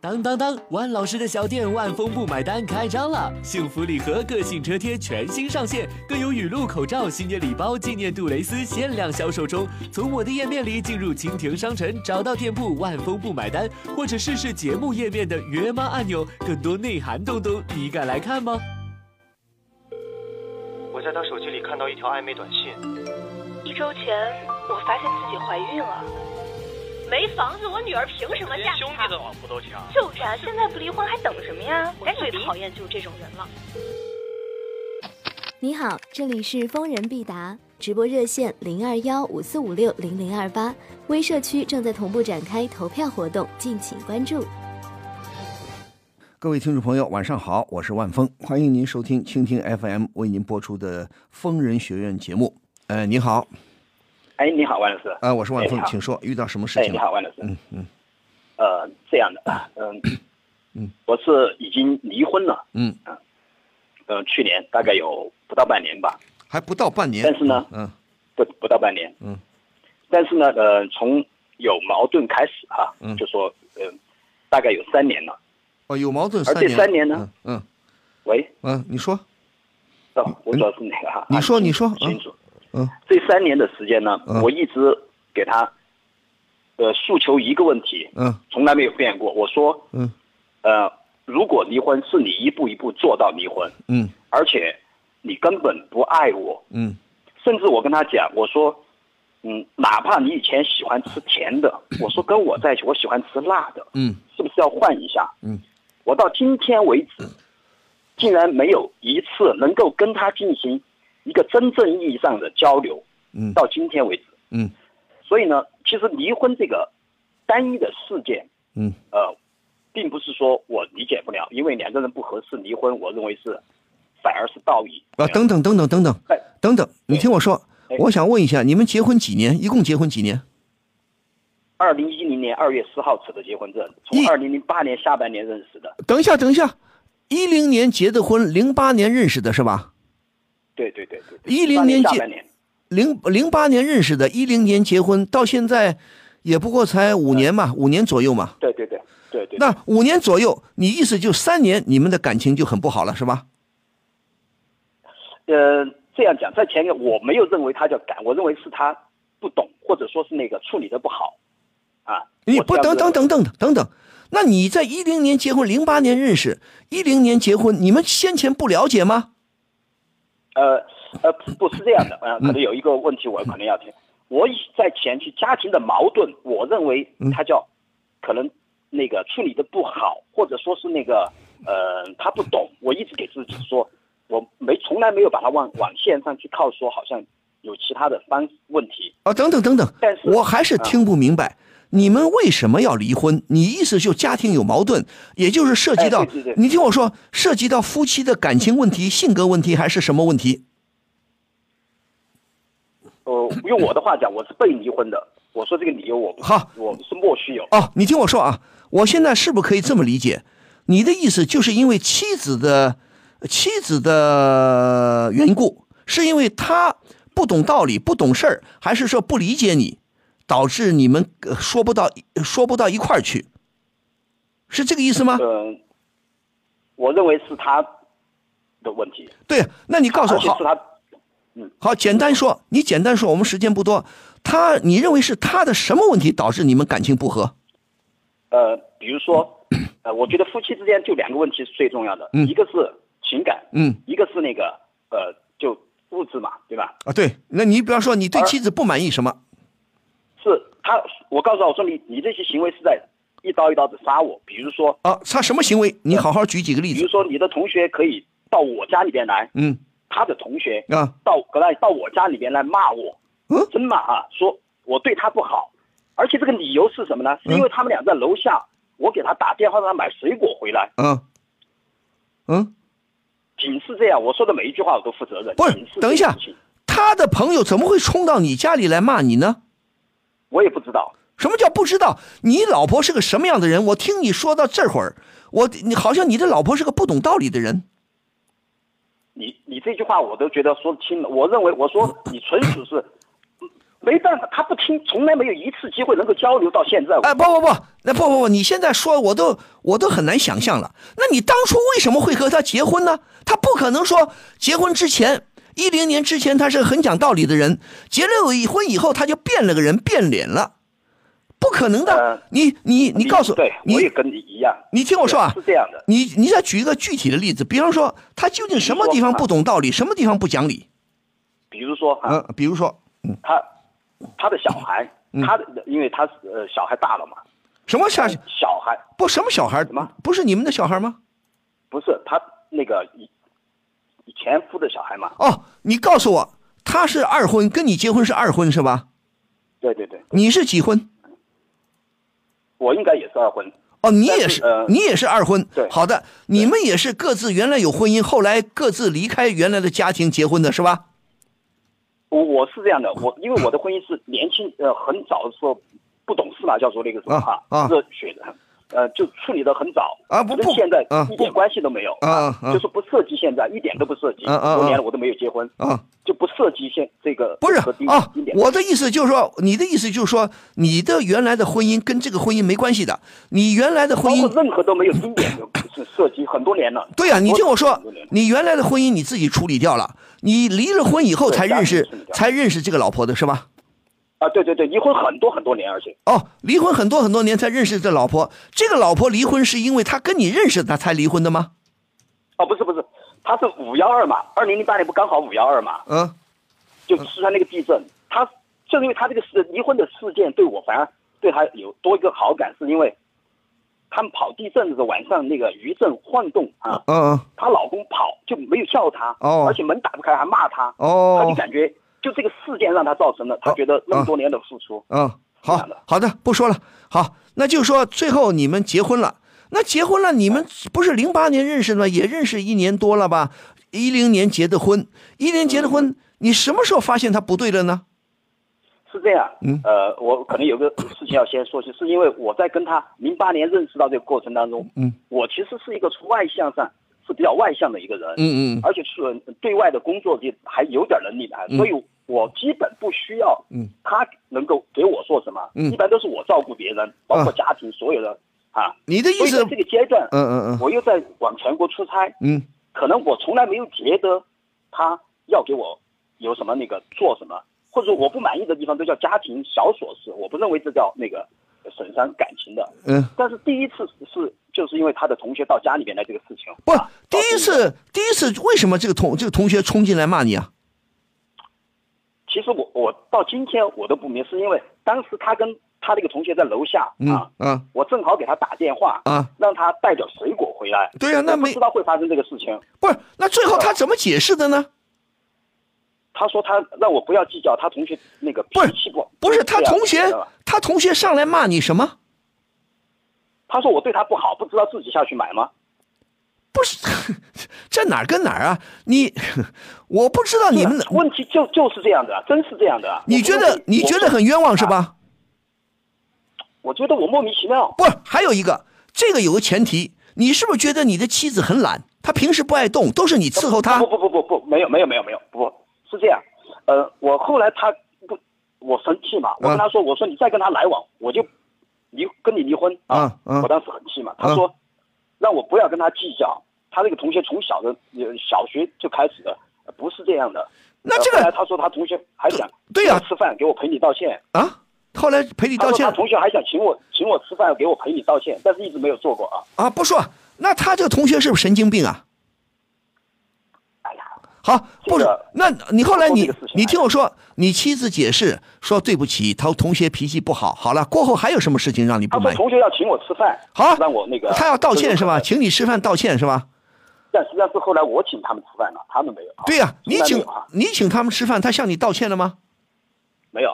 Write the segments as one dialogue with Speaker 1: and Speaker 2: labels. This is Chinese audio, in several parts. Speaker 1: 当当当！万老师的小店万丰不买单开张了，幸福礼盒个性车贴全新上线，更有雨露口罩、新年礼包、纪念杜蕾斯限量销售中。从我的页面里进入蜻蜓商城，找到店铺万丰不买单，或者试试节目页面的约妈按钮，更多内涵东东，你敢来看吗？
Speaker 2: 我在她手机里看到一条暧昧短信，
Speaker 3: 一周前我发现自己怀孕了，没房子，我女儿凭什么嫁
Speaker 2: 连兄
Speaker 3: 他
Speaker 2: 弟？的老婆都抢。
Speaker 3: 就是啊，现在不离婚还等什么呀？我最讨厌就是这种人了。
Speaker 4: 你好，这里是疯人必答直播热线零二幺五四五六零零二八，微社区正在同步展开投票活动，敬请关注。
Speaker 5: 各位听众朋友，晚上好，我是万峰，欢迎您收听蜻蜓 FM 为您播出的《疯人学院》节目。呃，你好，
Speaker 6: 哎，你好，万老师。
Speaker 5: 呃，我是万
Speaker 6: 哎
Speaker 5: 峰
Speaker 6: 你，好
Speaker 5: 请说，遇到什么事
Speaker 6: 哎，
Speaker 5: 情
Speaker 6: 你
Speaker 5: 了？
Speaker 6: 好，万老师。
Speaker 5: 嗯嗯啊
Speaker 6: 呃，这样的，嗯、
Speaker 5: 嗯，
Speaker 6: 我是已经离婚了，啊
Speaker 5: 嗯，
Speaker 6: 呃，去年大概有不到半年吧，
Speaker 5: 还不到半年。
Speaker 6: 但是呢
Speaker 5: 嗯
Speaker 6: 不不到半年。
Speaker 5: 嗯。
Speaker 6: 但是呢，呃，从有矛盾开始哈、
Speaker 5: 嗯
Speaker 6: 就说，呃，大概有三年了。
Speaker 5: 哦，有矛盾三
Speaker 6: 而
Speaker 5: 年了。
Speaker 6: 这三年呢
Speaker 5: 嗯？嗯
Speaker 6: 喂，
Speaker 5: 嗯，你说，
Speaker 6: 哦，我主要是哪个哈？
Speaker 5: 啊嗯你说
Speaker 6: 啊
Speaker 5: 你说
Speaker 6: 清楚。
Speaker 5: 嗯，
Speaker 6: 这三年的时间呢，
Speaker 5: 嗯
Speaker 6: 我一直给他，呃，诉求一个问题，
Speaker 5: 嗯
Speaker 6: 从来没有变过。我说，
Speaker 5: 嗯
Speaker 6: 呃，如果离婚是你一步一步做到离婚，
Speaker 5: 嗯
Speaker 6: 而且你根本不爱我，
Speaker 5: 嗯
Speaker 6: 甚至我跟他讲，我说，嗯，哪怕你以前喜欢吃甜的，我说跟我在一起，我喜欢吃辣的，
Speaker 5: 嗯
Speaker 6: 是不是要换一下？
Speaker 5: 嗯，
Speaker 6: 我到今天为止，竟然没有一次能够跟他进行一个真正意义上的交流，
Speaker 5: 嗯
Speaker 6: 到今天为止。
Speaker 5: 嗯
Speaker 6: 所以呢，其实离婚这个单一的事件，
Speaker 5: 嗯，
Speaker 6: 呃，并不是说我理解不了，因为两个人不合适离婚，我认为是反而是道义。
Speaker 5: 啊，等等等等等等
Speaker 6: 哎
Speaker 5: 等等，你听我说
Speaker 6: 哎，
Speaker 5: 我想问一下，你们结婚几年？一共结婚几年？
Speaker 6: 二零一零年二月四号持的结婚证，从
Speaker 5: 一
Speaker 6: 二零零八年下半年认识的。
Speaker 5: 等一下，等一下，一零年结的婚，零八年认识的是吧？
Speaker 6: 对对对对。
Speaker 5: 10
Speaker 6: 18
Speaker 5: 年
Speaker 6: 下
Speaker 5: 结
Speaker 6: 半年。
Speaker 5: 零零八年认识的，一零年结婚，到现在也不过才五年嘛，五年左右嘛。
Speaker 6: 对对对对对。
Speaker 5: 那五年左右，你意思就三年，你们的感情就很不好了，是吧？
Speaker 6: 呃，这样讲，在前面我没有认为他叫敢，我认为是他不懂，或者说是那个处理的不好，啊。
Speaker 5: 你
Speaker 6: 我
Speaker 5: 不
Speaker 6: 这样
Speaker 5: 等
Speaker 6: 认
Speaker 5: 等
Speaker 6: 为
Speaker 5: 等等等等，那你在一零年结婚，零八年认识，一零年结婚，你们先前不了解吗？
Speaker 6: 呃呃，不是这样的，
Speaker 5: 嗯
Speaker 6: 呃，可能有一个问题我可能要听。我以在前期家庭的矛盾，我认为
Speaker 5: 嗯
Speaker 6: 他叫可能那个处理的不好，或者说是那个呃他不懂。我一直给自己说，我没从来没有把它往往线上去靠，说好像有其他的方问题。
Speaker 5: 啊，等等等等
Speaker 6: 但是，嗯
Speaker 5: 我还是听不明白。你们为什么要离婚？你意思就家庭有矛盾，也就是涉及
Speaker 6: 哎
Speaker 5: 到、
Speaker 6: 对对对
Speaker 5: 你听我说，涉及到夫妻的感情问题、性格问题还是什么问题？
Speaker 6: 呃，用我的话讲，我是被离婚的。我说这个理由我不
Speaker 5: 好
Speaker 6: 我是莫须有。
Speaker 5: 哦，你听我说啊，我现在是不是可以这么理解？你的意思就是因为妻子的妻子的缘故，是因为她不懂道理、不懂事儿，还是说不理解你，导致你们呃说不到说不到一块儿去？是这个意思吗？
Speaker 6: 嗯、我认为是他的问题，
Speaker 5: 对，那你告诉
Speaker 6: 而
Speaker 5: 我，
Speaker 6: 且
Speaker 5: 好
Speaker 6: 是他
Speaker 5: 好简单说，你简单说，我们时间不多。他，你认为是他的什么问题导致你们感情不和？
Speaker 6: 呃，比如 说，呃，我觉得夫妻之间就两个问题是最重要的，
Speaker 5: 嗯
Speaker 6: 一个是情感，
Speaker 5: 嗯，
Speaker 6: 一个是那个呃，就物质嘛，对吧？
Speaker 5: 啊，对，那你比方说你对
Speaker 6: 而
Speaker 5: 妻子不满意什么？
Speaker 6: 是他，我告诉他，我说你你这些行为是在一刀一刀的杀我，比如说，
Speaker 5: 啊，他什么行为？你好好举几个例
Speaker 6: 比
Speaker 5: 子
Speaker 6: 如。说你的同学可以到我家里边来，
Speaker 5: 嗯
Speaker 6: 他的同学
Speaker 5: 啊，
Speaker 6: 到格来到我家里边来骂我，
Speaker 5: 嗯
Speaker 6: 真骂啊，说我对他不好，而且这个理由是什
Speaker 5: 嗯
Speaker 6: 么呢？是因为他们俩在楼下，我给他打电话让他买水果回来，
Speaker 5: 啊，嗯，
Speaker 6: 仅是这样，我说的每一句话我都负责任。
Speaker 5: 不是
Speaker 6: 仅这
Speaker 5: 等一下
Speaker 6: 件事情
Speaker 5: 他的朋友怎么会冲到你家里来骂你呢？
Speaker 6: 我也不知道。
Speaker 5: 什么叫不知道？你老婆是个什么样的人？我听你说到这会儿，我你好像你的老婆是个不懂道理的人。
Speaker 6: 你你这句话我都觉得说得清了。我认为我说你纯属是没办法，他不听，从来没有一次机会能够交流到现在。
Speaker 5: 哎，不不不，那不不不，你现在说我都我都很难想象了。那你当初为什么会和他结婚呢？他不可能说结婚之前，一零年之前他是很讲道理的人，结了婚以后他就变了个人，变脸了，不可能的。
Speaker 6: 呃
Speaker 5: 你你你告诉
Speaker 6: 对，我也
Speaker 5: 你
Speaker 6: 跟你一样。
Speaker 5: 你听我说啊
Speaker 6: 是，这样的，
Speaker 5: 你你再举一个具体的例子，比方说他究竟什么地方不懂道理，什么地方不讲理？
Speaker 6: 比如说哈、
Speaker 5: 嗯、比如说
Speaker 6: 他他的小孩，他的因为他是呃小孩大了嘛，
Speaker 5: 什么小
Speaker 6: 小孩
Speaker 5: 不什么小孩
Speaker 6: 嗯么
Speaker 5: 不是你们的小孩吗？
Speaker 6: 不是他那个以以前夫的小孩嘛，
Speaker 5: 哦，你告诉我，他是二婚，跟你结婚是二婚是吧？
Speaker 6: 对对对，
Speaker 5: 你是几婚？
Speaker 6: 我应该也是二婚，
Speaker 5: 哦，你也
Speaker 6: 但
Speaker 5: 是
Speaker 6: 是呃，
Speaker 5: 你也是二婚。
Speaker 6: 对
Speaker 5: 好的，你们也是各自原来有婚姻，后来各自离开原来的家庭结婚的是吧？
Speaker 6: 我我是这样的，我因为我的婚姻是年轻呃很早的时候不懂事嘛，叫做那个什么
Speaker 5: 啊
Speaker 6: 哈
Speaker 5: 啊
Speaker 6: 热血的，呃就处理的很早
Speaker 5: 啊不不
Speaker 6: 跟现在
Speaker 5: 啊
Speaker 6: 一点
Speaker 5: 不
Speaker 6: 关系都没有
Speaker 5: 啊啊
Speaker 6: 就是不涉及现在一点都不涉及，
Speaker 5: 啊啊啊
Speaker 6: 多年了我都没有结婚
Speaker 5: 啊，
Speaker 6: 就不涉及现这个
Speaker 5: 不是
Speaker 6: 和第一
Speaker 5: 啊
Speaker 6: 一，点
Speaker 5: 我的意思就是说，你的意思就是说，你的原来的婚姻跟这个婚姻没关系的，你原来的婚
Speaker 6: 包
Speaker 5: 姻
Speaker 6: 括任何都没有一点的是涉及很多年了。
Speaker 5: 对呀、你听我说
Speaker 6: 很多年，了
Speaker 5: 你原来的婚姻你自己处理掉了，你离了婚以后
Speaker 6: 对
Speaker 5: 才
Speaker 6: 家
Speaker 5: 认
Speaker 6: 庭
Speaker 5: 识
Speaker 6: 处理，掉
Speaker 5: 才认识这个老婆的是吧？
Speaker 6: 啊，对对对，离婚很多很多年，而且
Speaker 5: 哦，离婚很多很多年才认识这老婆，这个老婆离婚是因为她跟你认识，她才离婚的吗？
Speaker 6: 啊不是不是，他是五幺二嘛，二零零八年不刚好五幺二嘛，
Speaker 5: 嗯，
Speaker 6: 就四川那个地震，他就是因为他这个事离婚的事件对我反而对他有多一个好感，是因为他们跑地震的时候晚上那个余震晃动啊，
Speaker 5: 嗯嗯，
Speaker 6: 她老公跑就没有叫她，
Speaker 5: 哦
Speaker 6: 而且门打不开还骂她，
Speaker 5: 哦
Speaker 6: 她就感觉就这个事件让她造成了，她觉得那么多年的付出，
Speaker 5: 嗯，好
Speaker 6: 样的
Speaker 5: 好的，不说了。好，那就说最后你们结婚了。那结婚了，你们不是零八年认识的吗？也认识一年多了吧？一零年结的婚，一零结的婚，你什么时候发现他不对了呢？
Speaker 6: 是这样，
Speaker 5: 嗯
Speaker 6: 呃，我可能有个事情要先说，就是因为我在跟他零八年认识到这个过程当中，
Speaker 5: 嗯，
Speaker 6: 我其实是一个从外向上是比较外向的一个人，
Speaker 5: 嗯嗯嗯
Speaker 6: 而且是对外的工作也还有点能力的，所以我基本不需要，
Speaker 5: 嗯，
Speaker 6: 他能够给我说什么，
Speaker 5: 嗯
Speaker 6: 一般都是我照顾别人，包括家庭所有人啊。
Speaker 5: 你的意
Speaker 6: 所以
Speaker 5: 思
Speaker 6: 在，这个阶段，
Speaker 5: 嗯嗯嗯
Speaker 6: 我又在往全国出差，
Speaker 5: 嗯，
Speaker 6: 可能我从来没有觉得他要给我有什么那个做什么，或者我不满意的地方都叫家庭小琐事，我不认为这叫那个损伤感情的。
Speaker 5: 嗯，
Speaker 6: 但是第一次是就是因为他的同学到家里面来这个事情，
Speaker 5: 不
Speaker 6: 啊，
Speaker 5: 第一，
Speaker 6: 到
Speaker 5: 次，第一次为什么这个同这个同学冲进来骂你啊？
Speaker 6: 今天其实我我到今天我都不明，是因为当时他跟他那个同学在楼下、
Speaker 5: 嗯
Speaker 6: 啊，
Speaker 5: 嗯
Speaker 6: 我正好给他打电话
Speaker 5: 啊，
Speaker 6: 让他带点水果回来。
Speaker 5: 对呀啊那
Speaker 6: 我不
Speaker 5: 没
Speaker 6: 知道会发生这个事情。
Speaker 5: 不是，那最后他怎么解释的呢？
Speaker 6: 他说他让我不要计较他同学那个脾
Speaker 5: 不是
Speaker 6: 气不好啊
Speaker 5: 不是他
Speaker 6: 这样
Speaker 5: 同学
Speaker 6: 知道吧，
Speaker 5: 他同学上来骂你什么？
Speaker 6: 他说我对他不好，不知道自己下去买吗？
Speaker 5: 不是， 这哪儿跟哪儿啊？你， 我不知道你们的，
Speaker 6: 问题就就是这样的，真是这样的。啊
Speaker 5: 你觉得你觉得很冤枉是？吧？
Speaker 6: 我觉得我莫名其妙。
Speaker 5: 不是，还有一个，这个有个前提，你是不是觉得你的妻子很懒？她平时不爱动，都是你伺候她
Speaker 6: 不。不不不不，没有没有没有没有，不是这样。呃，我后来他不，我生气嘛，
Speaker 5: 啊
Speaker 6: 我跟他说，我说你再跟他来往，我就离跟你离婚
Speaker 5: 啊啊
Speaker 6: 我当时很气嘛，他说让我不要跟他计较，他那个同学从小的呃小学就开始的，呃不是这样的。
Speaker 5: 那这
Speaker 6: 呃后来
Speaker 5: 个
Speaker 6: 他说他同学还想
Speaker 5: 对呀
Speaker 6: 请我吃饭给我赔礼道歉，
Speaker 5: 啊，后来赔礼
Speaker 6: 他
Speaker 5: 道
Speaker 6: 说他
Speaker 5: 歉
Speaker 6: 同学还想请我请我吃饭，给我赔礼道歉，但是一直没有做过啊。
Speaker 5: 啊，不说，那他这个同学是不是神经病啊？
Speaker 6: 哎呀，
Speaker 5: 好，不是
Speaker 6: 这个，
Speaker 5: 那你后来
Speaker 6: 这
Speaker 5: 你
Speaker 6: 个事情
Speaker 5: 你听我说，你妻子解释说对不起，她同学脾气不好。好了，过后还有什么事情让你
Speaker 6: 他
Speaker 5: 不
Speaker 6: 说
Speaker 5: 满意？
Speaker 6: 同学要请我吃饭，
Speaker 5: 好啊，
Speaker 6: 让我那个
Speaker 5: 他要道歉是吧？
Speaker 6: 就是
Speaker 5: 请你吃饭道歉是吧？
Speaker 6: 但实际上是后来我请他们吃饭了，他们没有啊。
Speaker 5: 对呀、
Speaker 6: 从
Speaker 5: 你
Speaker 6: 来没
Speaker 5: 请
Speaker 6: 有啊，
Speaker 5: 你请他们吃饭，他向你道歉了吗？
Speaker 6: 没有，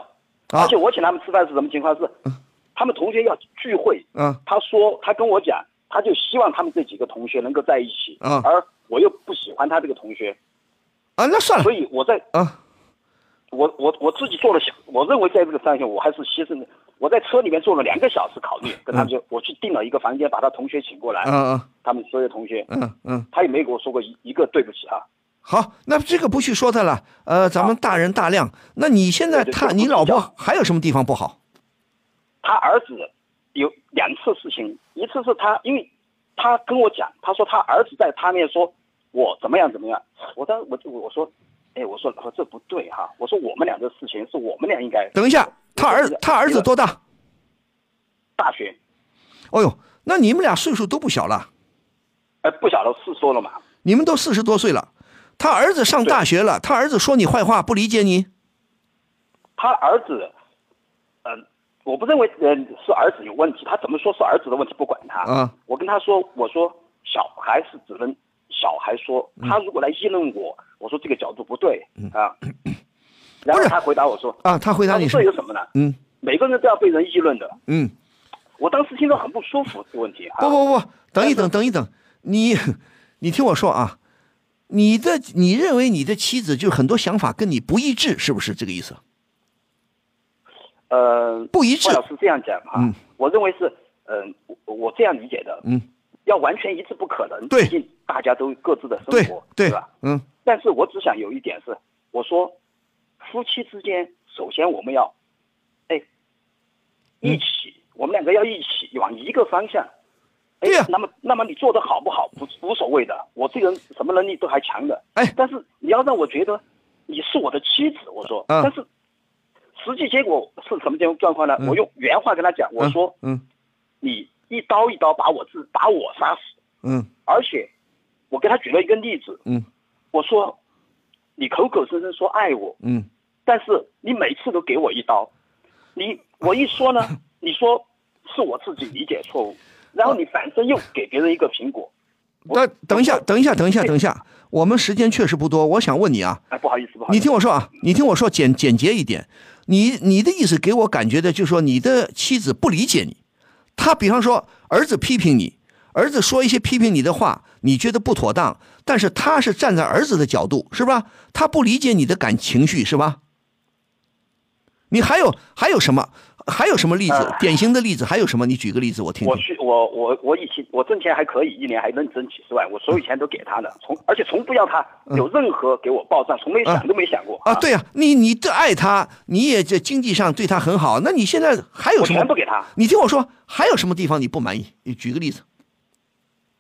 Speaker 5: 啊
Speaker 6: 而且我请他们吃饭是什么情况？是他们同学要聚会，
Speaker 5: 嗯
Speaker 6: 他说他跟我讲，他就希望他们这几个同学能够在一起，
Speaker 5: 嗯
Speaker 6: 而我又不喜欢他这个同学，
Speaker 5: 啊，那算了
Speaker 6: 所以我在
Speaker 5: 啊，
Speaker 6: 我我我自己做了小，我认为在这个上面我还是牺牲的。我在车里面坐了两个小时考虑，跟他们就、我去订了一个房间，把他同学请过来，
Speaker 5: 嗯
Speaker 6: 他们所有同学，
Speaker 5: 嗯嗯嗯
Speaker 6: 他也没有给我说过一一个对不起啊。
Speaker 5: 好，那这个不去说他了。呃，咱们大人大量。那你现在
Speaker 6: 对对
Speaker 5: 他
Speaker 6: 对
Speaker 5: 你
Speaker 6: 不
Speaker 5: 老
Speaker 6: 计较
Speaker 5: 婆还有什么地方不好？
Speaker 6: 他儿子有两次事情，一次是他，因为他跟我讲，他说他儿子在他面说我怎么样怎么样，我当时我就我说，哎，我说我这不对哈、我说我们俩的事情是我们俩应该
Speaker 5: 等一下，他儿
Speaker 6: 这个
Speaker 5: 他儿子多大？
Speaker 6: 大学，
Speaker 5: 哦呦，那你们俩岁数都不小了，
Speaker 6: 呃，不晓得是说了嘛，
Speaker 5: 你们都四十多岁了。他儿子上大学了，他儿子说你坏话，不理解你。
Speaker 6: 他儿子，嗯、我不认为呃是儿子有问题，他怎么说是儿子的问题，不管他。
Speaker 5: 啊
Speaker 6: 我跟他说，我说小孩是只能小孩说，
Speaker 5: 嗯
Speaker 6: 他如果来议论我，我说这个角度不对啊。然
Speaker 5: 不
Speaker 6: 后
Speaker 5: 是
Speaker 6: 他回答我说
Speaker 5: 啊他回答你
Speaker 6: 他说
Speaker 5: 什么
Speaker 6: 这有什么呢？
Speaker 5: 嗯
Speaker 6: 每个人都要被人议论的。
Speaker 5: 嗯，
Speaker 6: 我当时听着很不舒服这个问题啊。
Speaker 5: 不不不，等一等，等一等，你 你听我说啊，你的你认为你的妻子就很多想法跟你不一致，是不是这个意思？
Speaker 6: 呃，
Speaker 5: 不一致
Speaker 6: 万老师这样讲啊，
Speaker 5: 嗯
Speaker 6: 我认为是，嗯、我我这样理解的，
Speaker 5: 嗯，
Speaker 6: 要完全一致不可能，
Speaker 5: 对
Speaker 6: 毕竟大家都有各自的生
Speaker 5: 对
Speaker 6: 活，
Speaker 5: 对
Speaker 6: 吧？，
Speaker 5: 嗯
Speaker 6: 但是我只想有一点是，我说，夫妻之间，首先我们要，哎，一
Speaker 5: 嗯
Speaker 6: 起，我们两个要一起往一个方向。哎
Speaker 5: 对呀
Speaker 6: 那么那么你做的好不好不无所谓的，我这个人什么能力都还强的。
Speaker 5: 哎
Speaker 6: 但是你要让我觉得你是我的妻子，我说，
Speaker 5: 嗯
Speaker 6: 但是实际结果是什么结状况呢？我用原话跟他讲，我说、
Speaker 5: 嗯
Speaker 6: 你一刀一刀把我自把我杀死，
Speaker 5: 嗯
Speaker 6: 而且我给他举了一个例子，
Speaker 5: 嗯
Speaker 6: 我说你口口声声说爱我，
Speaker 5: 嗯
Speaker 6: 但是你每次都给我一刀，你我一 说呢，你说是我自己理解错误，然后你反身又给别人一个苹果，
Speaker 5: 那等一下，等一下，等一下，等一下，我们时间确实不多，我想问你啊，
Speaker 6: 哎，不好意思，不好意
Speaker 5: 你
Speaker 6: 思，
Speaker 5: 听我说啊，你听我说，简简洁一点。你你的意思给我感觉的就是说，你的妻子不理解你。她比方说，儿子批评你，儿子说一些批评你的话，你觉得不妥当，但是他是站在儿子的角度，是吧？他不理解你的感情绪，是吧？你还有还有什么？还有什么例子
Speaker 6: 呃？
Speaker 5: 典型的例子还有什么？你举个例子我听
Speaker 6: 我
Speaker 5: 听。
Speaker 6: 去，我我我以前我挣钱还可以，一年还能挣几十万，我所
Speaker 5: 嗯
Speaker 6: 有钱都给他了，从而且从不要他有任何给我报账，从没想都没想过
Speaker 5: 啊，，对呀、你你这爱他，你也这经济上对他很好，那你现在还有
Speaker 6: 我
Speaker 5: 什么
Speaker 6: 全？部给他，
Speaker 5: 你听我说，还有什么地方你不满意？你举个例子。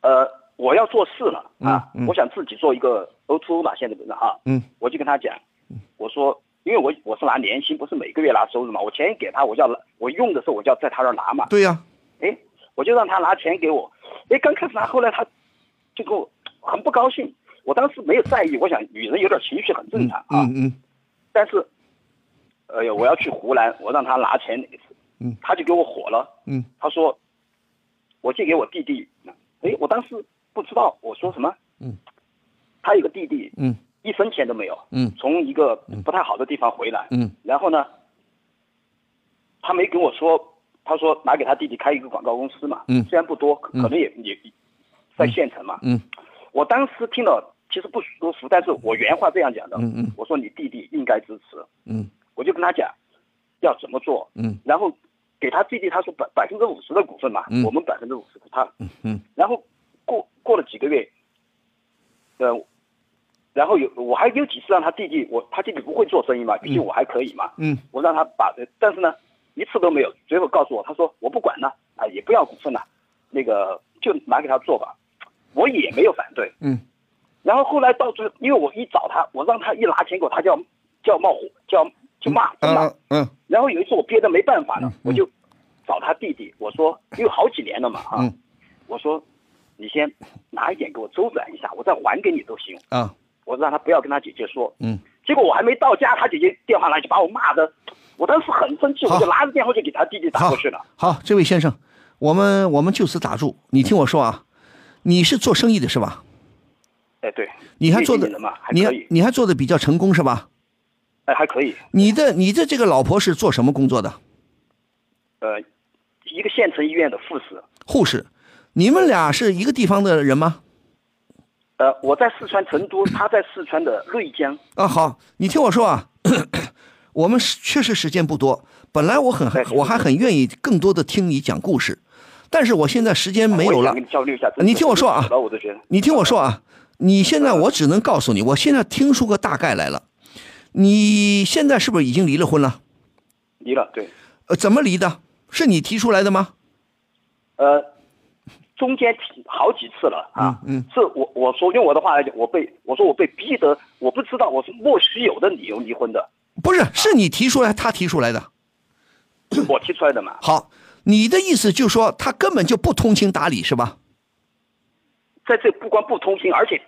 Speaker 6: 呃，我要做事了啊，
Speaker 5: 嗯嗯
Speaker 6: 我想自己做一个 O to O 嘛，现在不是啊，
Speaker 5: 嗯，
Speaker 6: 我就跟他讲，我说，因为我我是拿年薪，不是每个月拿收入嘛，我钱给他，我就要拿我用的时候我就要在他那儿拿嘛，
Speaker 5: 对呀、
Speaker 6: 哎，我就让他拿钱给我，哎，刚开始拿，后来他就跟我很不高兴，我当时没有在意，我想女人有点情绪很正常啊，
Speaker 5: 嗯嗯
Speaker 6: 但是，哎呀，我要去湖南，我让他拿钱那次，
Speaker 5: 嗯，
Speaker 6: 他就给我火了，
Speaker 5: 嗯，
Speaker 6: 他说我借给我弟弟，哎，我当时不知道我说什么，
Speaker 5: 嗯，
Speaker 6: 他有个弟弟，
Speaker 5: 嗯
Speaker 6: 一分钱都没有，
Speaker 5: 嗯
Speaker 6: 从一个不太好的地方回来，
Speaker 5: 嗯，
Speaker 6: 然后呢，他没跟我说，他说拿给他弟弟开一个广告公司嘛，
Speaker 5: 嗯
Speaker 6: 虽然不多，可
Speaker 5: 嗯
Speaker 6: 可能也、也在县城嘛，
Speaker 5: 嗯
Speaker 6: 我当时听了其实不舒服，但是我原话这样讲的，
Speaker 5: 嗯嗯
Speaker 6: 我说你弟弟应该支持，
Speaker 5: 嗯
Speaker 6: 我就跟他讲要怎么做，
Speaker 5: 嗯，
Speaker 6: 然后给他弟弟，他说百百分之五十的股份嘛，
Speaker 5: 嗯
Speaker 6: 我们百分之五十他，
Speaker 5: 嗯，
Speaker 6: 然后过过了几个月，呃，然后有我还有几次让他弟弟，我他弟弟不会做生意嘛，毕竟我还可以嘛，
Speaker 5: 嗯，
Speaker 6: 我让他把，但是呢一次都没有，最后告诉我他说我不管了啊，也不要股份了，那个就拿给他做吧，我也没有反对，
Speaker 5: 嗯
Speaker 6: 然后后来到最后，因为我一找他，我让他一拿钱给我，他就要就要冒火，就要就骂就骂。
Speaker 5: 嗯嗯
Speaker 6: 然后有一次我憋得没办法了，我就找他弟弟，我说因为好几年了嘛啊，
Speaker 5: 嗯
Speaker 6: 我说你先拿一点给我周转一下，我再还给你都行。
Speaker 5: 啊
Speaker 6: 我让他不要跟他姐姐说。
Speaker 5: 嗯，
Speaker 6: 结果我还没到家，他姐姐电话来就把我骂的，我当时很生气，
Speaker 5: 好
Speaker 6: 我就拿着电话就给他弟弟打
Speaker 5: 好
Speaker 6: 过去了。
Speaker 5: 好，这位先生，我们我们就此打住。你听我说啊，你是做生意的是吧？
Speaker 6: 哎，对，
Speaker 5: 你还做
Speaker 6: 内地
Speaker 5: 的
Speaker 6: 人嘛，还
Speaker 5: 你
Speaker 6: 可
Speaker 5: 还
Speaker 6: 以，
Speaker 5: 你还做的比较成功是吧？
Speaker 6: 哎，还可以。
Speaker 5: 你的你的这个老婆是做什么工作的？
Speaker 6: 呃，一个县城医院的护士，
Speaker 5: 护士。你们俩是一个地方的人吗？
Speaker 6: 呃，我在四川成 都，他在四川的瑞江。
Speaker 5: 啊，好，你听我说啊， 我们是确实时间不多，本来我很
Speaker 6: 哎是
Speaker 5: 我还很愿意更多的听你讲故事，但是我现在时间没有
Speaker 6: 我也
Speaker 5: 了
Speaker 6: 想跟。你交流一下，
Speaker 5: 你听我说啊
Speaker 6: 然后我都觉得
Speaker 5: 你听我说啊，你现在我只能告诉你，我现在听出个大概来了。你现在是不是已经离了婚了？
Speaker 6: 离了，对，
Speaker 5: 呃，怎么离的？是你提出来的吗？
Speaker 6: 呃，中间提好几次了啊，
Speaker 5: 嗯嗯，
Speaker 6: 是我我说用我的话来讲，我被我说我被逼得，我不知道我是莫须有的理由离婚的，
Speaker 5: 不是，是你提出来，他提出来的。
Speaker 6: 我提出来的嘛，
Speaker 5: 好，你的意思就是说他根本就不通情达理，是吧？
Speaker 6: 在这不光不通情，而且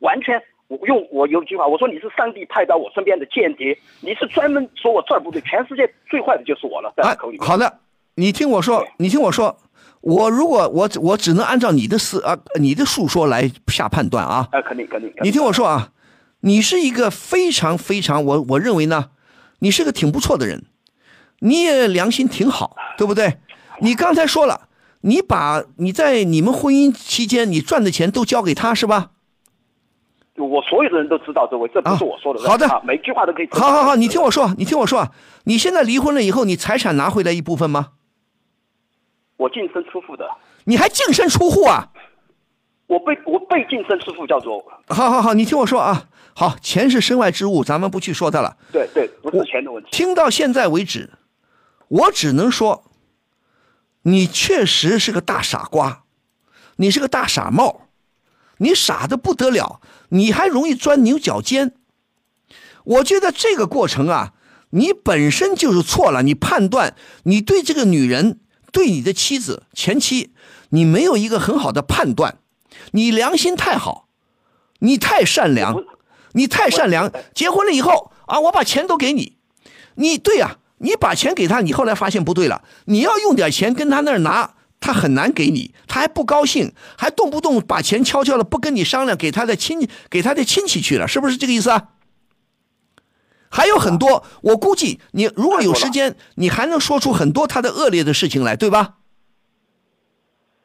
Speaker 6: 完全我用我有一句话，我说你是上帝派到我身边的间谍，你是专门说我这儿不对，全世界最坏的就是我了，在呃
Speaker 5: 哎
Speaker 6: 他口里，面。
Speaker 5: 好的，你听我说
Speaker 6: 对，
Speaker 5: 你听我说，我如果我我只能按照你的思啊你的述说来下判断啊。
Speaker 6: 啊，肯定肯定，肯定
Speaker 5: 你听我说啊，你是一个非常非常，我我认为呢，你是个挺不错的人，你也良心挺好，对不对？你刚才说了，你把你在你们婚姻期间你赚的钱都交给他是吧？
Speaker 6: 我所有的人都知道这位，这不是我说的。
Speaker 5: 啊好的
Speaker 6: 啊，每句话都可以。
Speaker 5: 好好好，你听我说，你听我说，啊你现在离婚了以后，你财产拿回来一部分吗？
Speaker 6: 我净身出户的，
Speaker 5: 你还净身出户啊？
Speaker 6: 我被我被净身出户叫做，
Speaker 5: 好好好，你听我说啊，好，钱是身外之物，咱们不去说它了。
Speaker 6: 对对，不
Speaker 5: 我
Speaker 6: 是钱的问题。
Speaker 5: 听到现在为止，我只能说，你确实是个大傻瓜，你是个大傻帽，你傻的不得了，你还容易钻牛角尖。我觉得这个过程啊，你本身就是错了。你判断你对这个女人、对你的妻子、前妻，你没有一个很好的判断，你良心太好，你太善良
Speaker 6: 我不，
Speaker 5: 你太善良。结婚了以后啊，我把钱都给你，你对呀、你把钱给他，你后来发现不对了，你要用点钱跟他那儿拿，他很难给你，他还不高兴，还动不动把钱悄悄的不跟你商量，给他的亲给他的亲戚去了，是不是这个意思啊？还有很
Speaker 6: 啊
Speaker 5: 多，我估计你如果有时间，你还能说出很多他的恶劣的事情来，对吧？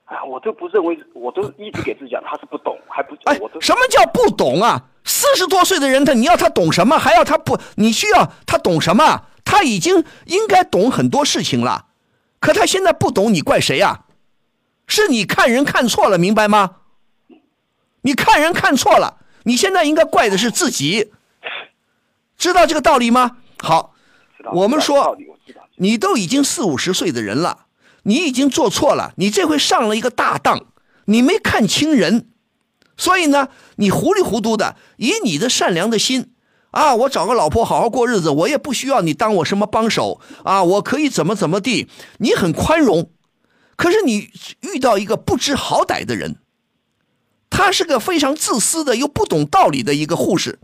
Speaker 6: 啊，我都不认为，我都一直给自己讲，他是不懂，还不，
Speaker 5: 哎
Speaker 6: 我都，
Speaker 5: 什么叫不懂啊？四十多岁的人，他你要他懂什么？还要他不？你需要他懂什么？他已经应该懂很多事情了，可他现在不懂，你怪谁呀、是你看人看错了，明白吗？你看人看错了，你现在应该怪的是自己，知道这个道理吗？好，
Speaker 6: 知道
Speaker 5: 我们
Speaker 6: 知道
Speaker 5: 说
Speaker 6: 道理我知道
Speaker 5: 你都已经四五十岁的人了，你已经做错了，你这回上了一个大当，你没看清人，所以呢，你糊里糊涂的，以你的善良的心。啊，我找个老婆好好过日子，我也不需要你当我什么帮手啊，我可以怎么怎么地，你很宽容。可是你遇到一个不知好歹的人，他是个非常自私的又不懂道理的一个护士，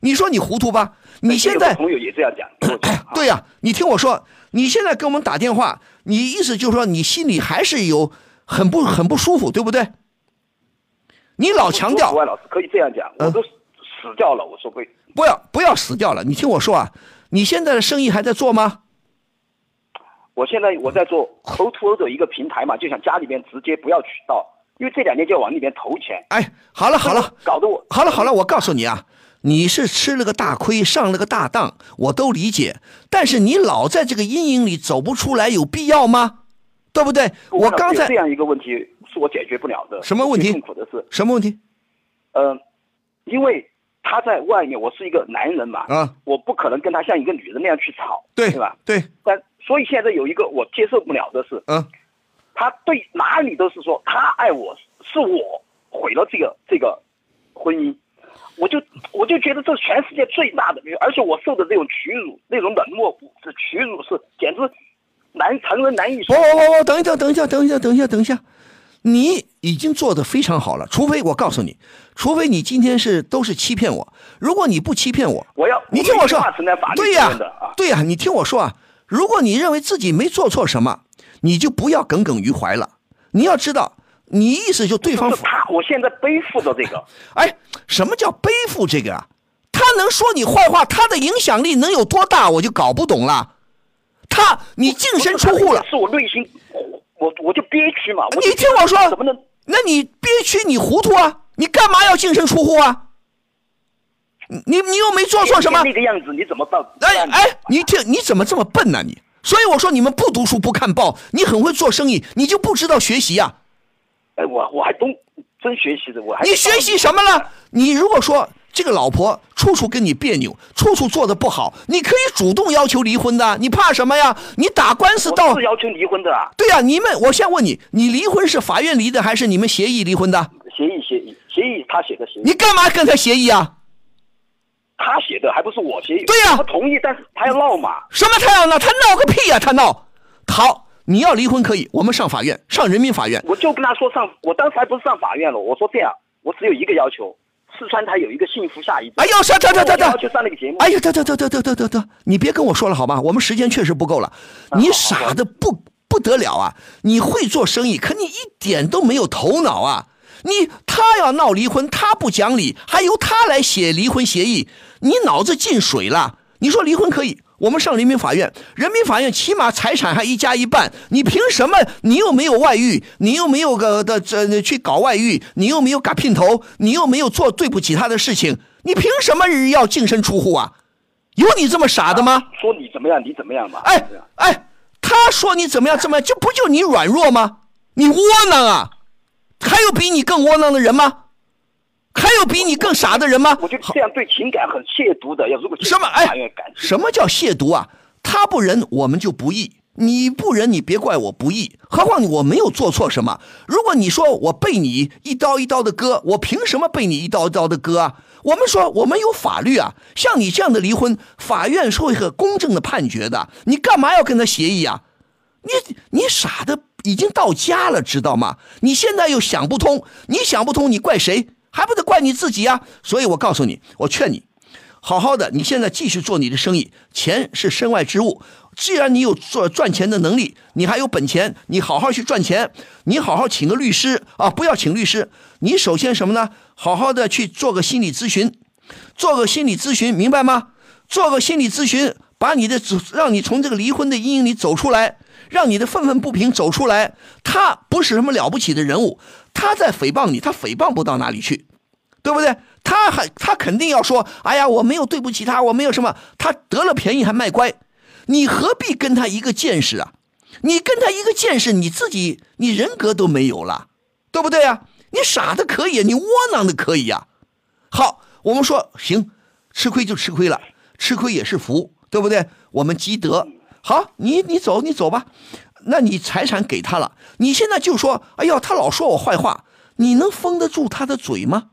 Speaker 5: 你说你糊涂吧？你现
Speaker 6: 有
Speaker 5: 在
Speaker 6: 个朋友哎也这样讲，跟我讲啊
Speaker 5: 对呀、你听我说，你现在给我们打电话，你意思就是说你心里还是有很不很不舒服，对不对？你老强调
Speaker 6: 说实话老师可以这样讲，我都死掉了，我说会，
Speaker 5: 不要不要死掉了，你听我说啊，你现在的生意还在做吗？
Speaker 6: 我现在我在做 O to O 的一个平台嘛，就想家里面直接不要渠道，因为这两年就往里面投钱，
Speaker 5: 哎，好了好了，
Speaker 6: 搞得我
Speaker 5: 好了好了，我告诉你啊，你是吃了个大亏，上了个大当，我都理解。但是你老在这个阴影里走不出来，有必要吗？对不对？我刚才
Speaker 6: 这样一个问题是我解决不了的，
Speaker 5: 什么问题
Speaker 6: 最痛苦的是。
Speaker 5: 什么问题？
Speaker 6: 嗯，因为他在外面，我是一个男人嘛，
Speaker 5: 啊，
Speaker 6: 我不可能跟他像一个女人那样去吵，
Speaker 5: 对
Speaker 6: 对吧？
Speaker 5: 对，
Speaker 6: 但所以现在有一个我接受不了的是，
Speaker 5: 嗯，
Speaker 6: 他对哪里都是说他爱我，是我毁了这个这个婚姻，我就我就觉得这是全世界最大的，而且我受的这种屈辱，那种冷漠是屈辱是简直难常人难以
Speaker 5: 不
Speaker 6: 说。
Speaker 5: 不不不，等一下，等一下，等一下，等一下，等一下，你已经做得非常好了。除非我告诉你，除非你今天是都是欺骗我。如果你不欺骗我，
Speaker 6: 我要
Speaker 5: 你听我说
Speaker 6: 我没有办法承担法，律
Speaker 5: 对
Speaker 6: 责
Speaker 5: 呀
Speaker 6: 任的啊，
Speaker 5: 对呀，你听我说啊，如果你认为自己没做错什么，你就不要耿耿于怀了。你要知道，你意思就对方
Speaker 6: 就是他，我现在背负着这个。
Speaker 5: 哎，什么叫背负这个啊？他能说你坏话，他的影响力能有多大？我就搞不懂了。他，你净身出户了。
Speaker 6: 是我内心，我我就憋屈嘛。我就
Speaker 5: 你听我说，
Speaker 6: 怎么能？
Speaker 5: 那你憋屈，你糊涂啊？你干嘛要净身出户啊？你你你又没做错什么？
Speaker 6: 那个样哎子，你怎么办？
Speaker 5: 哎哎，你听你怎么这么笨呢、你，所以我说你们不读书不看报，你很会做生意，你就不知道学习啊？
Speaker 6: 哎，我我还懂，真学习的，我还
Speaker 5: 你学习什么了？你如果说这个老婆处处跟你别扭，处处做的不好，你可以主动要求离婚的，你怕什么呀？你打官司到
Speaker 6: 我是要求离婚的啊，
Speaker 5: 对呀、你们，我先问你，你离婚是法院离的还是你们协议离婚的？
Speaker 6: 协议协议协议他写的协议，
Speaker 5: 你干嘛跟他协议啊？
Speaker 6: 他写的还不是我协议？
Speaker 5: 对呀
Speaker 6: 他同意，但是他要闹嘛，
Speaker 5: 什么他要闹？他闹个屁呀、他闹！好，你要离婚可以，我们上法院，上人民法院。
Speaker 6: 我就跟他说上，我当时还不是上法院了，我说这样，我只有一个要求，四川台有一个幸福下一代，
Speaker 5: 哎呦，这这这这
Speaker 6: 我要
Speaker 5: 这
Speaker 6: 去！上那个节目，
Speaker 5: 哎呦，得得得得得得得得，你别跟我说了好吗？我们时间确实不够了。你傻的不不得了啊！你会做生意，可你一点都没有头脑啊！你他要闹离婚，他不讲理，还由他来写离婚协议，你脑子进水了。你说离婚可以，我们上人民法院，人民法院起码财产还一家一半，你凭什么？你又没有外遇，你又没有个的这、呃去搞外遇，你又没有嘎姘头，你又没有做对不起他的事情，你凭什么要净身出户啊？有你这么傻的吗？
Speaker 6: 说你怎么样，你怎么样嘛，啊
Speaker 5: 哎哎，他说你怎么样怎么样，这不就你软弱吗？你窝囊啊！还有比你更窝囊的人吗？还有比你更傻的人吗？
Speaker 6: 我就这样对情感很亵渎的，要如果去
Speaker 5: 什么？
Speaker 6: 法院
Speaker 5: 哎
Speaker 6: 感，情
Speaker 5: 什么叫亵渎啊？他不仁，我们就不义；你不仁，你别怪我不义。何况我没有做错什么。如果你说我被你一刀一刀的割，我凭什么被你一刀一刀的割啊？我们说我们有法律啊，像你这样的离婚，法院是会很公正的判决的。你干嘛要跟他协议啊？你你傻的已经到家了，知道吗？你现在又想不通，你想不通，你怪谁？还不得怪你自己啊！所以我告诉你，我劝你，好好的，你现在继续做你的生意，钱是身外之物。既然你有做赚钱的能力，你还有本钱，你好好去赚钱，你好好请个律师啊，不要请律师，你首先什么呢？好好的去做个心理咨询，做个心理咨询，明白吗？做个心理咨询，把你的走让你从这个离婚的阴影里走出来，让你的愤愤不平走出来。他不是什么了不起的人物，他在诽谤你，他诽谤不到哪里去，对不对？他还他肯定要说，哎呀，我没有对不起他，我没有什么，他得了便宜还卖乖，你何必跟他一个见识啊？你跟他一个见识，你自己你人格都没有了，对不对啊？你傻的可以，你窝囊的可以啊呀、好，我们说行，吃亏就吃亏了，吃亏也是福，对不对？我们积德。好，你你走你走吧，那你财产给他了，你现在就说，哎呦，他老说我坏话，你能封得住他的嘴吗？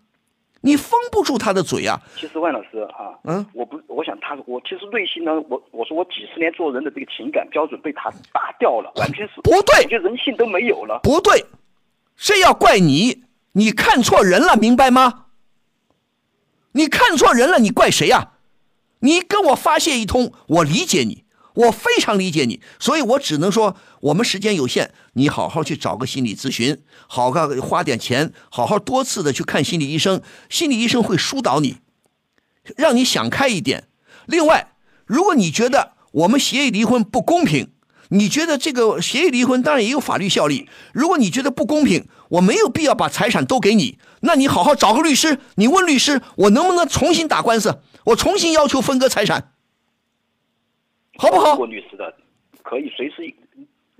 Speaker 5: 你封不住他的嘴呀、
Speaker 6: 其实万老师啊，
Speaker 5: 嗯，
Speaker 6: 我不，我想他，我其实内心呢，我我说我几十年做人的这个情感标准被他打掉了，完全是
Speaker 5: 不对
Speaker 6: 我觉得人性都没有了。
Speaker 5: 不对，这要怪你，你看错人了，明白吗？你看错人了，你怪谁呀、你跟我发泄一通，我理解你，我非常理解你，所以我只能说，我们时间有限，你好好去找个心理咨询，好好花点钱，好好多次的去看心理医生，心理医生会疏导你，让你想开一点。另外，如果你觉得我们协议离婚不公平，你觉得这个协议离婚当然也有法律效力，如果你觉得不公平，我没有必要把财产都给你，那你好好找个律师，你问律师，我能不能重新打官司，我重新要求分割财产，好不好
Speaker 6: 过？律师的，可以随时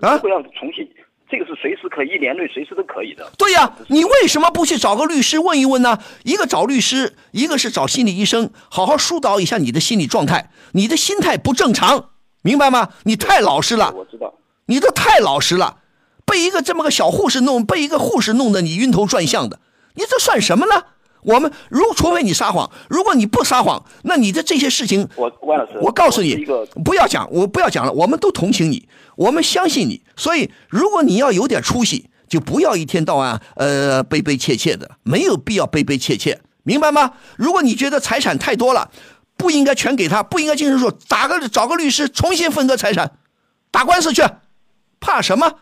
Speaker 5: 啊
Speaker 6: 如果要重新，这个是随时可以，一年内随时都可以的。
Speaker 5: 对呀、你为什么不去找个律师问一问呢？一个找律师，一个是找心理医生，好好疏导一下你的心理状态，你的心态不正常，明白吗？你太老实了。
Speaker 6: 我知道，
Speaker 5: 你都太老实了，被一个这么个小护士弄，被一个护士弄得你晕头转向的，你这算什么呢？我们如除非你撒谎，如果你不撒谎，那你的这些事情，
Speaker 6: 我万老师，
Speaker 5: 我告诉
Speaker 6: 我是
Speaker 5: 你
Speaker 6: 一个，
Speaker 5: 不要讲，我不要讲了，我们都同情你，我们相信你，所以如果你要有点出息，就不要一天到晚呃悲悲切切的，没有必要悲悲切切，明白吗？如果你觉得财产太多了，不应该全给他，不应该净身出，打个找个律师重新分割财产，打官司去，怕什么？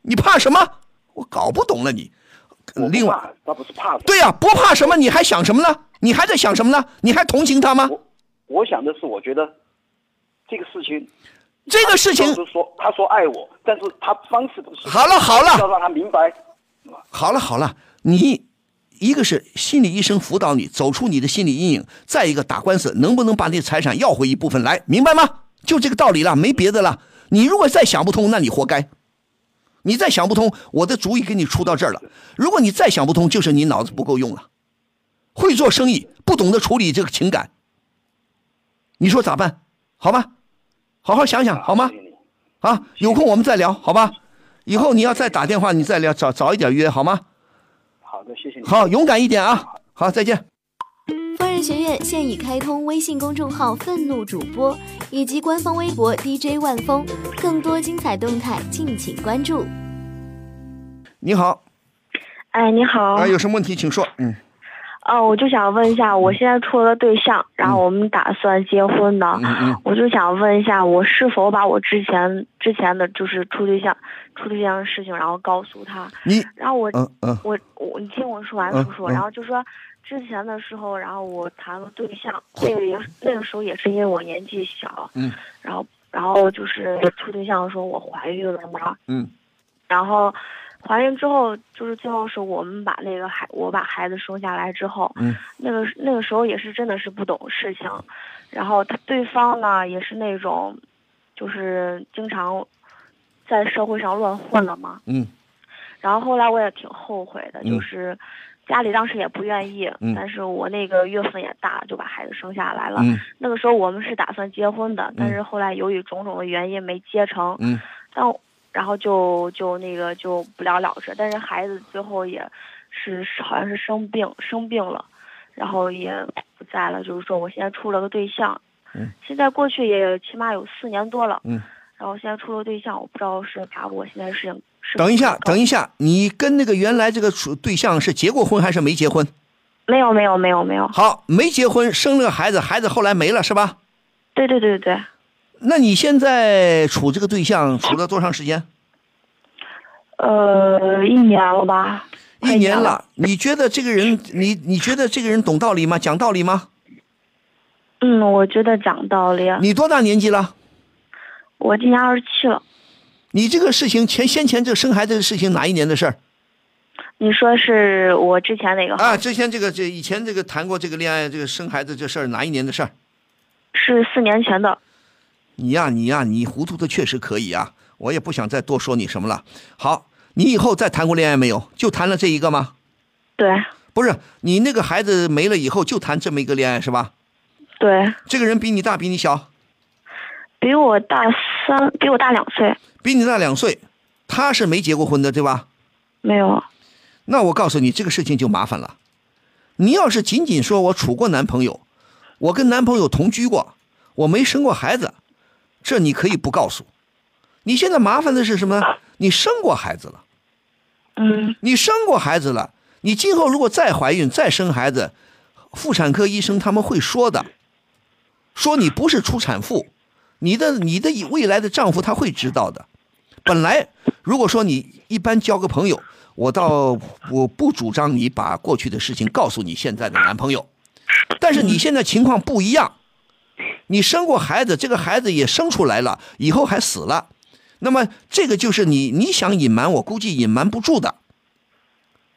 Speaker 5: 你怕什么？我搞不懂了你。
Speaker 6: 我
Speaker 5: 嗯另
Speaker 6: 不
Speaker 5: 外，
Speaker 6: 怕，他不是怕。
Speaker 5: 对呀、不怕什么？你还想什么呢？你还在想什么呢？你还同情他吗？
Speaker 6: 我我想的是，我觉得这个事情，
Speaker 5: 这个事情
Speaker 6: 当时说他说爱我，但是他方式不是
Speaker 5: 好了好了
Speaker 6: 要让他明白。
Speaker 5: 好了好了，你一个是心理医生辅导你走出你的心理阴影，再一个打官司能不能把那财产要回一部分来，明白吗？就这个道理了，没别的了。你如果再想不通，那你活该。你再想不通，我的主意给你出到这儿了。如果你再想不通，就是你脑子不够用了，会做生意，不懂得处理这个情感。你说咋办？好吧，好好想想好吗
Speaker 6: 谢？谢你
Speaker 5: 啊，有空我们再聊，好吧？以后你要再打电话，你再聊，早早一点约好吗？
Speaker 6: 好的，谢谢你。
Speaker 5: 好，勇敢一点啊！好，再见。
Speaker 4: 疯人学院现已开通微信公众号“愤怒主播”以及官方微博 DJ 万峰，更多精彩动态敬请关注。
Speaker 5: 你好，
Speaker 7: 哎，你好，
Speaker 5: 啊，有什么问题请说。嗯
Speaker 7: 哦，我就想问一下，我现在处了个对象，然后我们打算结婚的，
Speaker 5: 嗯嗯，
Speaker 7: 我就想问一下，我是否把我之前之前的就是处对象、处对象的事情，然后告诉他，
Speaker 5: 你
Speaker 7: 然后我、
Speaker 5: 嗯嗯
Speaker 7: 我我，你听我说完
Speaker 5: 嗯
Speaker 7: 叔叔，
Speaker 5: 嗯
Speaker 7: 然后就说之前的时候，然后我谈了对象，那个也是那个时候也是因为我年纪小，
Speaker 5: 嗯，
Speaker 7: 然后然后就是处对象的时候我怀孕了嘛，
Speaker 5: 嗯
Speaker 7: 然后怀孕之后，就是最后是我们把那个孩，我把孩子生下来之后，
Speaker 5: 嗯
Speaker 7: 那个那个时候也是真的是不懂事情，然后他对方呢也是那种，就是经常在社会上乱混了嘛。
Speaker 5: 嗯
Speaker 7: 然后后来我也挺后悔的，
Speaker 5: 嗯
Speaker 7: 就是家里当时也不愿意，
Speaker 5: 嗯
Speaker 7: 但是我那个月份也大，就把孩子生下来了。
Speaker 5: 嗯
Speaker 7: 那个时候我们是打算结婚的，但是后来由于种种的原因没结成。
Speaker 5: 嗯
Speaker 7: 但我然后就就那个就不了了之，但是孩子最后也是是好像是生病生病了，然后也不在了。就是说我现在处了个对象，
Speaker 5: 嗯
Speaker 7: 现在过去也起码有四年多了，
Speaker 5: 嗯。
Speaker 7: 然后现在处了个对象，我不知道是把我现在的事情是
Speaker 5: 等一下，等
Speaker 7: 一
Speaker 5: 一下，你跟那个原来这个处对象是结过婚还是没结婚？
Speaker 7: 没有没有没有没有，
Speaker 5: 好，没结婚，生了个孩子，孩子后来没了是吧？
Speaker 7: 对对对对对，
Speaker 5: 那你现在处这个对象处了多长时间？
Speaker 7: 呃，一年了吧，
Speaker 5: 一年了。你觉得这个人，你你觉得这个人懂道理吗？讲道理吗？
Speaker 7: 嗯，我觉得讲道理，
Speaker 5: 你多大年纪了？
Speaker 7: 我今年二十七了，
Speaker 5: 你这个事情前先前这个生孩子的事情哪一年的事儿
Speaker 7: 你说是我之前那个
Speaker 5: 啊？之前这个这以前这个谈过这个恋爱这个生孩子这事儿哪一年的事儿？
Speaker 7: 是四年前的，
Speaker 5: 你呀、你呀、你糊涂的确实可以啊！我也不想再多说你什么了。好，你以后再谈过恋爱没有？就谈了这一个吗？
Speaker 7: 对
Speaker 5: 不是，你那个孩子没了以后就谈这么一个恋爱是吧？
Speaker 7: 对，
Speaker 5: 这个人比你大，比你小，
Speaker 7: 比我大三，比我大两岁，
Speaker 5: 比你大两岁，他是没结过婚的对吧？
Speaker 7: 没有。
Speaker 5: 那我告诉你，这个事情就麻烦了。你要是仅仅说我处过男朋友，我跟男朋友同居过，我没生过孩子，这你可以不告诉。你现在麻烦的是什么呢？你生过孩子了，
Speaker 7: 嗯，
Speaker 5: 你生过孩子了，你今后如果再怀孕、再生孩子，妇产科医生他们会说的，说你不是初产妇，你的你的未来的丈夫他会知道的。本来如果说你一般交个朋友，我倒我不主张你把过去的事情告诉你现在的男朋友，但是你现在情况不一样，你生过孩子，这个孩子也生出来了，以后还死了，那么这个就是你你想隐瞒，我估计隐瞒不住的，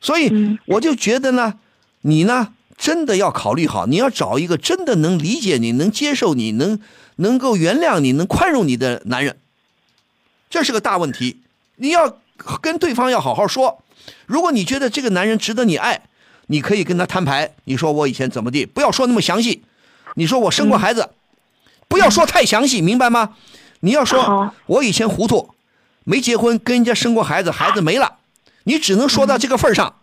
Speaker 5: 所以
Speaker 7: 嗯
Speaker 5: 我就觉得呢，你呢真的要考虑好，你要找一个真的能理解你、能接受你、能能够原谅你、能宽容你的男人。这是个大问题。你要跟对方要好好说。如果你觉得这个男人值得你爱，你可以跟他摊牌。你说我以前怎么地，不要说那么详细。你说我生过孩子，不要说太详细，明白吗？你要说
Speaker 7: 好
Speaker 5: 我以前糊涂，没结婚，跟人家生过孩子，孩子没了，你只能说到这个份儿上。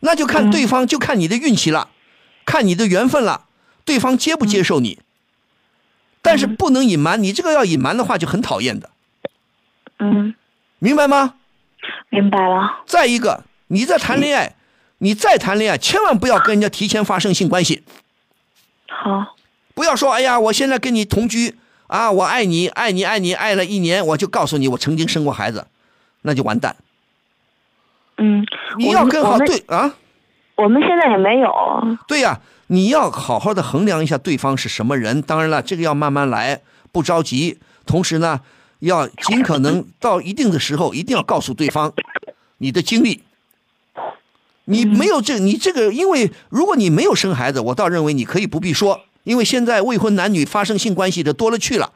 Speaker 5: 那就看对方，就看你的运气了，看你的缘分了，对方接不接受你。但是不能隐瞒，你这个要隐瞒的话就很讨厌的。
Speaker 7: 嗯，
Speaker 5: 明白吗？
Speaker 7: 明白了。
Speaker 5: 再一个，你在谈恋爱，你再谈恋爱，千万不要跟人家提前发生性关系，
Speaker 7: 好，
Speaker 5: 不要说哎呀，我现在跟你同居啊，我爱你，爱你，爱你，爱了一年，我就告诉你我曾经生过孩子，那就完蛋。
Speaker 7: 嗯，
Speaker 5: 你
Speaker 7: 我
Speaker 5: 要
Speaker 7: 们
Speaker 5: 跟
Speaker 7: 我
Speaker 5: 好
Speaker 7: 们
Speaker 5: 对啊，
Speaker 7: 我们现在也没有。
Speaker 5: 对呀、你要好好的衡量一下对方是什么人。当然了，这个要慢慢来，不着急。同时呢，要尽可能到一定的时候，一定要告诉对方你的经历。你没有这，你这个，因为如果你没有生孩子，我倒认为你可以不必说，因为现在未婚男女发生性关系的多了去了，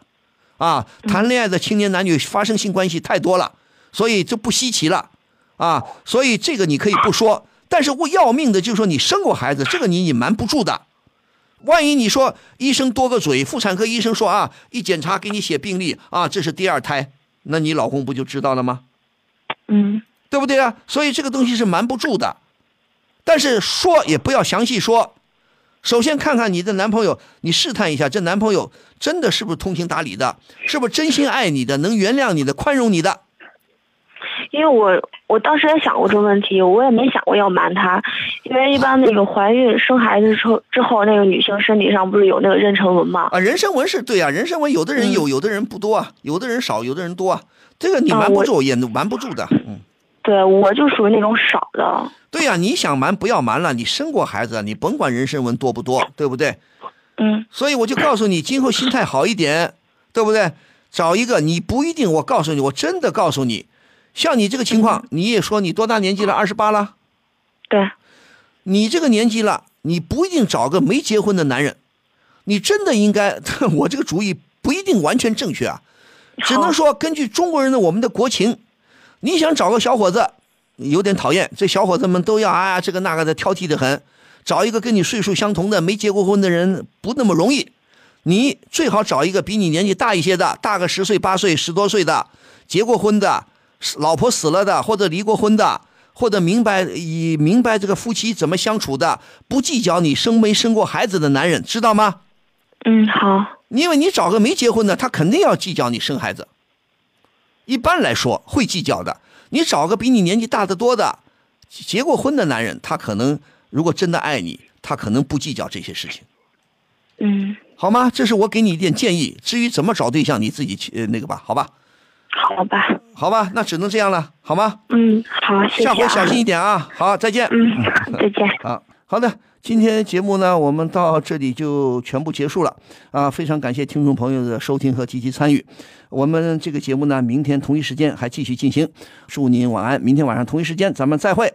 Speaker 5: 啊，谈恋爱的青年男女发生性关系太多了，所以就不稀奇了啊。所以这个你可以不说，但是我要命的就是说你生过孩子，这个你隐瞒不住的。万一你说医生多个嘴，妇产科医生说啊，一检查给你写病历啊，这是第二胎，那你老公不就知道了吗？
Speaker 7: 嗯
Speaker 5: 对不对啊？所以这个东西是瞒不住的，但是说也不要详细说。首先看看你的男朋友，你试探一下，这男朋友真的是不是通情达理的，是不是真心爱你的，能原谅你的，宽容你的？
Speaker 7: 因为我我当时也想过这个问题，我也没想过要瞒他，因为一般那个怀孕生孩子之后之后，那个女性身体上不是有那个妊娠纹嘛？
Speaker 5: 啊，人参纹是对啊，人参纹有的人有，有的人不多啊，有的人少，有的人多啊，这个你
Speaker 7: 嗯啊
Speaker 5: 瞒不
Speaker 7: 我
Speaker 5: 住，也瞒不住的。嗯，
Speaker 7: 对，我就属于那种少的，
Speaker 5: 对呀、你想瞒不要瞒了，你生过孩子啊，你甭管人参纹多不多，对不对？
Speaker 7: 嗯
Speaker 5: 所以我就告诉你，今后心态好一点，对不对？找一个你不一定，我告诉你，我真的告诉你，像你这个情况，你也说你多大年纪了？二十八了，
Speaker 7: 对，
Speaker 5: 你这个年纪了，你不一定找个没结婚的男人，你真的应该， 我这个主意不一定完全正确啊，只能说根据中国人的我们的国情，你想找个小伙子，有点讨厌，这小伙子们都要啊这个那个的挑剔的很，找一个跟你岁数相同的没结过婚的人不那么容易，你最好找一个比你年纪大一些的，大个十岁八岁十多岁的，结过婚的，老婆死了的，或者离过婚的，或者明白以明白这个夫妻怎么相处的，不计较你生没生过孩子的男人，知道吗？
Speaker 7: 嗯好，
Speaker 5: 因为你找个没结婚的，他肯定要计较你生孩子。一般来说会计较的。你找个比你年纪大得多的、结过婚的男人，他可能如果真的爱你，他可能不计较这些事情，
Speaker 7: 嗯
Speaker 5: 好吗？这是我给你一点建议。至于怎么找对象，你自己去、呃、那个吧，好吧？
Speaker 7: 好吧，
Speaker 5: 好吧，那只能这样了，好吗？
Speaker 7: 嗯好，谢谢、
Speaker 5: 下
Speaker 7: 啊，
Speaker 5: 回小心一点啊！好，再见。
Speaker 7: 嗯再见。
Speaker 5: 啊，好的，今天节目呢，我们到这里就全部结束了啊！非常感谢听众朋友的收听和积极参与。我们这个节目呢，明天同一时间还继续进行。祝您晚安，明天晚上同一时间咱们再会，